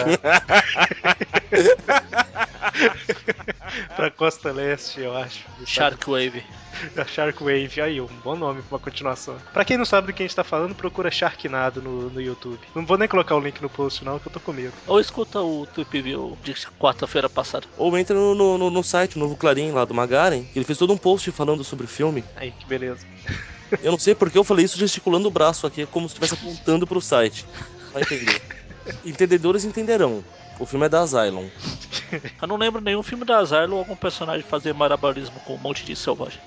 pra costa leste, eu acho.
Sharkwave.
Da Shark Wave, aí, um bom nome pra uma continuação. Pra quem não sabe do que a gente tá falando, procura Sharknado no, no YouTube. Não vou nem colocar o link no post, não, que eu tô com medo.
Ou escuta o Tweep View de quarta-feira passada.
Ou entra no, no, no- no site, o novo Clarim lá do Magaren, que ele fez todo um post falando sobre o filme.
Aí, que beleza.
é Eu não sei porque eu falei isso gesticulando o braço aqui, como se estivesse apontando pro site. Vai entender. Entendedores entenderão. O filme é da Asylum.
Eu não lembro nenhum filme da Asylum ou algum personagem fazer marabarismo com um monte de selvagem.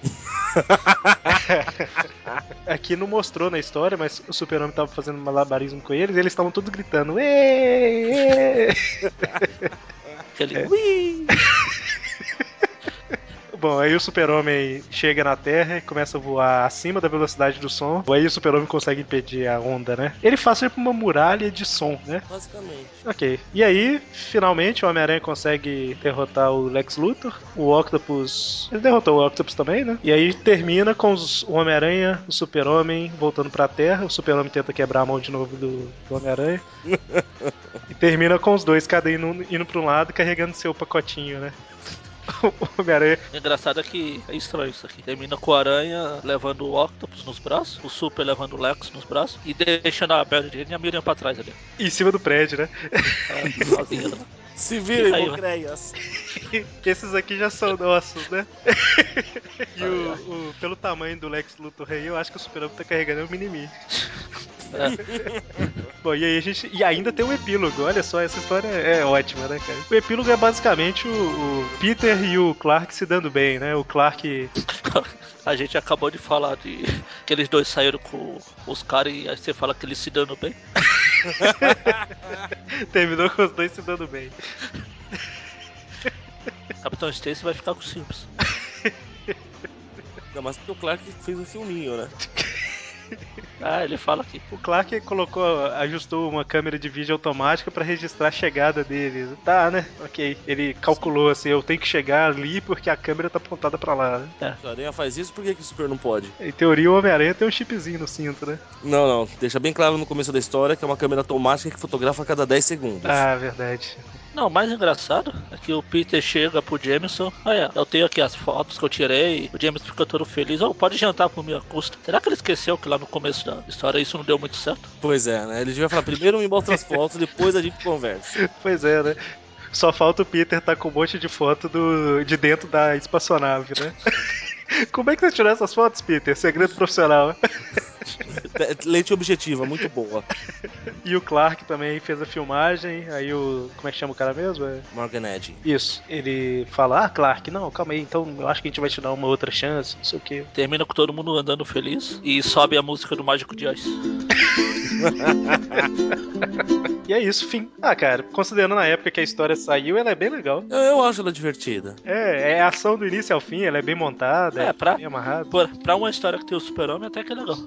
Aqui não mostrou na história, mas o super-homem tava fazendo malabarismo com eles e eles estavam todos gritando. "Ê, ê".
Aquele.
É.
"Ui!"
Bom, aí o super-homem chega na Terra e começa a voar acima da velocidade do som. Aí o super-homem consegue impedir a onda, né? Ele faz sempre uma muralha de som, né?
Basicamente.
Ok. E aí, finalmente, o Homem-Aranha consegue derrotar o Lex Luthor. O Octopus. Ele derrotou o Octopus também, né? E aí termina com os- o Homem-Aranha, o Super-Homem voltando pra Terra. O Super-Homem tenta quebrar a mão de novo do, do Homem-Aranha. e termina com os dois, cada indo, indo pra um lado carregando seu pacotinho, né? O Homem-Aranha.
O Engraçado é que é estranho isso aqui. Termina com o Aranha levando o Octopus nos braços, o Super levando o Lex nos braços e deixando a Mary Jane e a Miriam pra trás ali.
Em cima do prédio, né?
É, sozinha, né?
Se
Fica
virem,
aí,
mocreias.
Que esses aqui já são nossos, né? e o, o- pelo tamanho do Lex Luthor aí, eu acho que o Super-Homem tá carregando o Minimi.
É.
Bom, e aí a gente. E ainda tem um epílogo, olha só, essa história é ótima, né, cara? O epílogo é basicamente o, o Peter e o Clark se dando bem, né? O Clark.
A gente acabou de falar de que eles dois saíram com os caras e aí você fala que eles se dando bem.
terminou com os dois se dando bem.
Capitão Stacy vai ficar com o Simples.
Não, mas porque o Clark fez um filminho, né?
Ah, ele fala aqui.
O Clark colocou, ajustou uma câmera de vídeo automática pra registrar a chegada dele. Tá, né? Ok. Ele calculou assim: eu tenho que chegar ali porque a câmera tá apontada pra lá. Né?
Se a aranha faz isso, por que, que o Super não pode?
Em teoria, o Homem-Aranha tem um chipzinho no cinto, né?
Não, não. Deixa bem claro no começo da história que é uma câmera automática que fotografa a cada 10 segundos.
Ah, verdade.
Não, o mais engraçado é que o Peter chega pro Jameson. Olha, eu tenho aqui as fotos que eu tirei. O Jameson fica todo feliz. Oh, pode jantar por minha custa. Será que ele esqueceu que lá no começo da história isso não deu muito certo?
Pois é, né? Ele devia falar, primeiro me mostra as fotos, depois a gente conversa.
Pois é, né? Só falta o Peter tá com um monte de foto do, de dentro da espaçonave, né? Como é que você tirou essas fotos, Peter? Segredo profissional. né?
Lente É, objetiva, muito boa.
E o Clark também fez a filmagem, aí o. Como é que chama o cara mesmo? É-
Morgan Edge.
Isso. Ele fala, ah, Clark, não, calma aí, então eu acho que a gente vai te dar uma outra chance, não sei o quê.
Termina com todo mundo andando feliz e sobe a música do Mágico de Oz.
E é isso, fim. Ah, cara, considerando a época que a história saiu, ela é bem legal.
Eu, eu acho ela divertida.
É, é ação do início ao fim, ela é bem montada,
É, pra-
bem amarrada.
Pô, pra uma história que tem o super-homem até que é legal.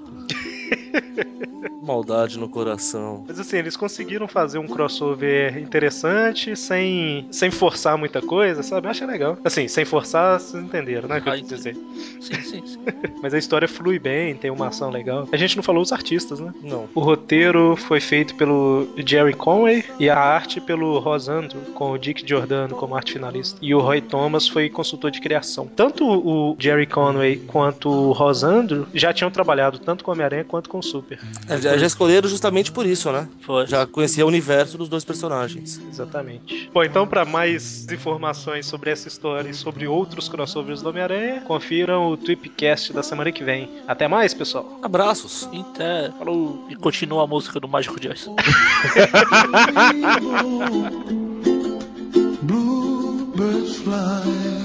Maldade no coração.
Mas assim, eles conseguiram fazer um crossover interessante, sem, sem forçar muita coisa, sabe? Eu achei legal. Assim, sem forçar, vocês entenderam, né? o Que eu
Ah,
quis dizer.
Sim, sim, sim.
Mas a história flui bem, tem uma ação legal. A gente não falou os artistas, né?
Não.
O roteiro foi feito pelo Jerry Conway e a arte pelo Ross Andrew, com o Dick Giordano como arte finalista. E o Roy Thomas foi consultor de criação. Tanto o Jerry Conway quanto o Ross Andrew já tinham trabalhado tanto com Homem-Aranha quanto com o Super.
É, Já, já escolheram justamente por isso, né?
Foi.
Já conhecia o universo dos dois personagens.
Exatamente. Bom, então para mais informações sobre essa história e sobre outros crossovers do Homem-Aranha, confiram o Tweepcast da semana que vem. Até mais, pessoal.
Abraços.
Inter... Então, Falou. E continua a música do Mágico de Oz.
Bluebirds fly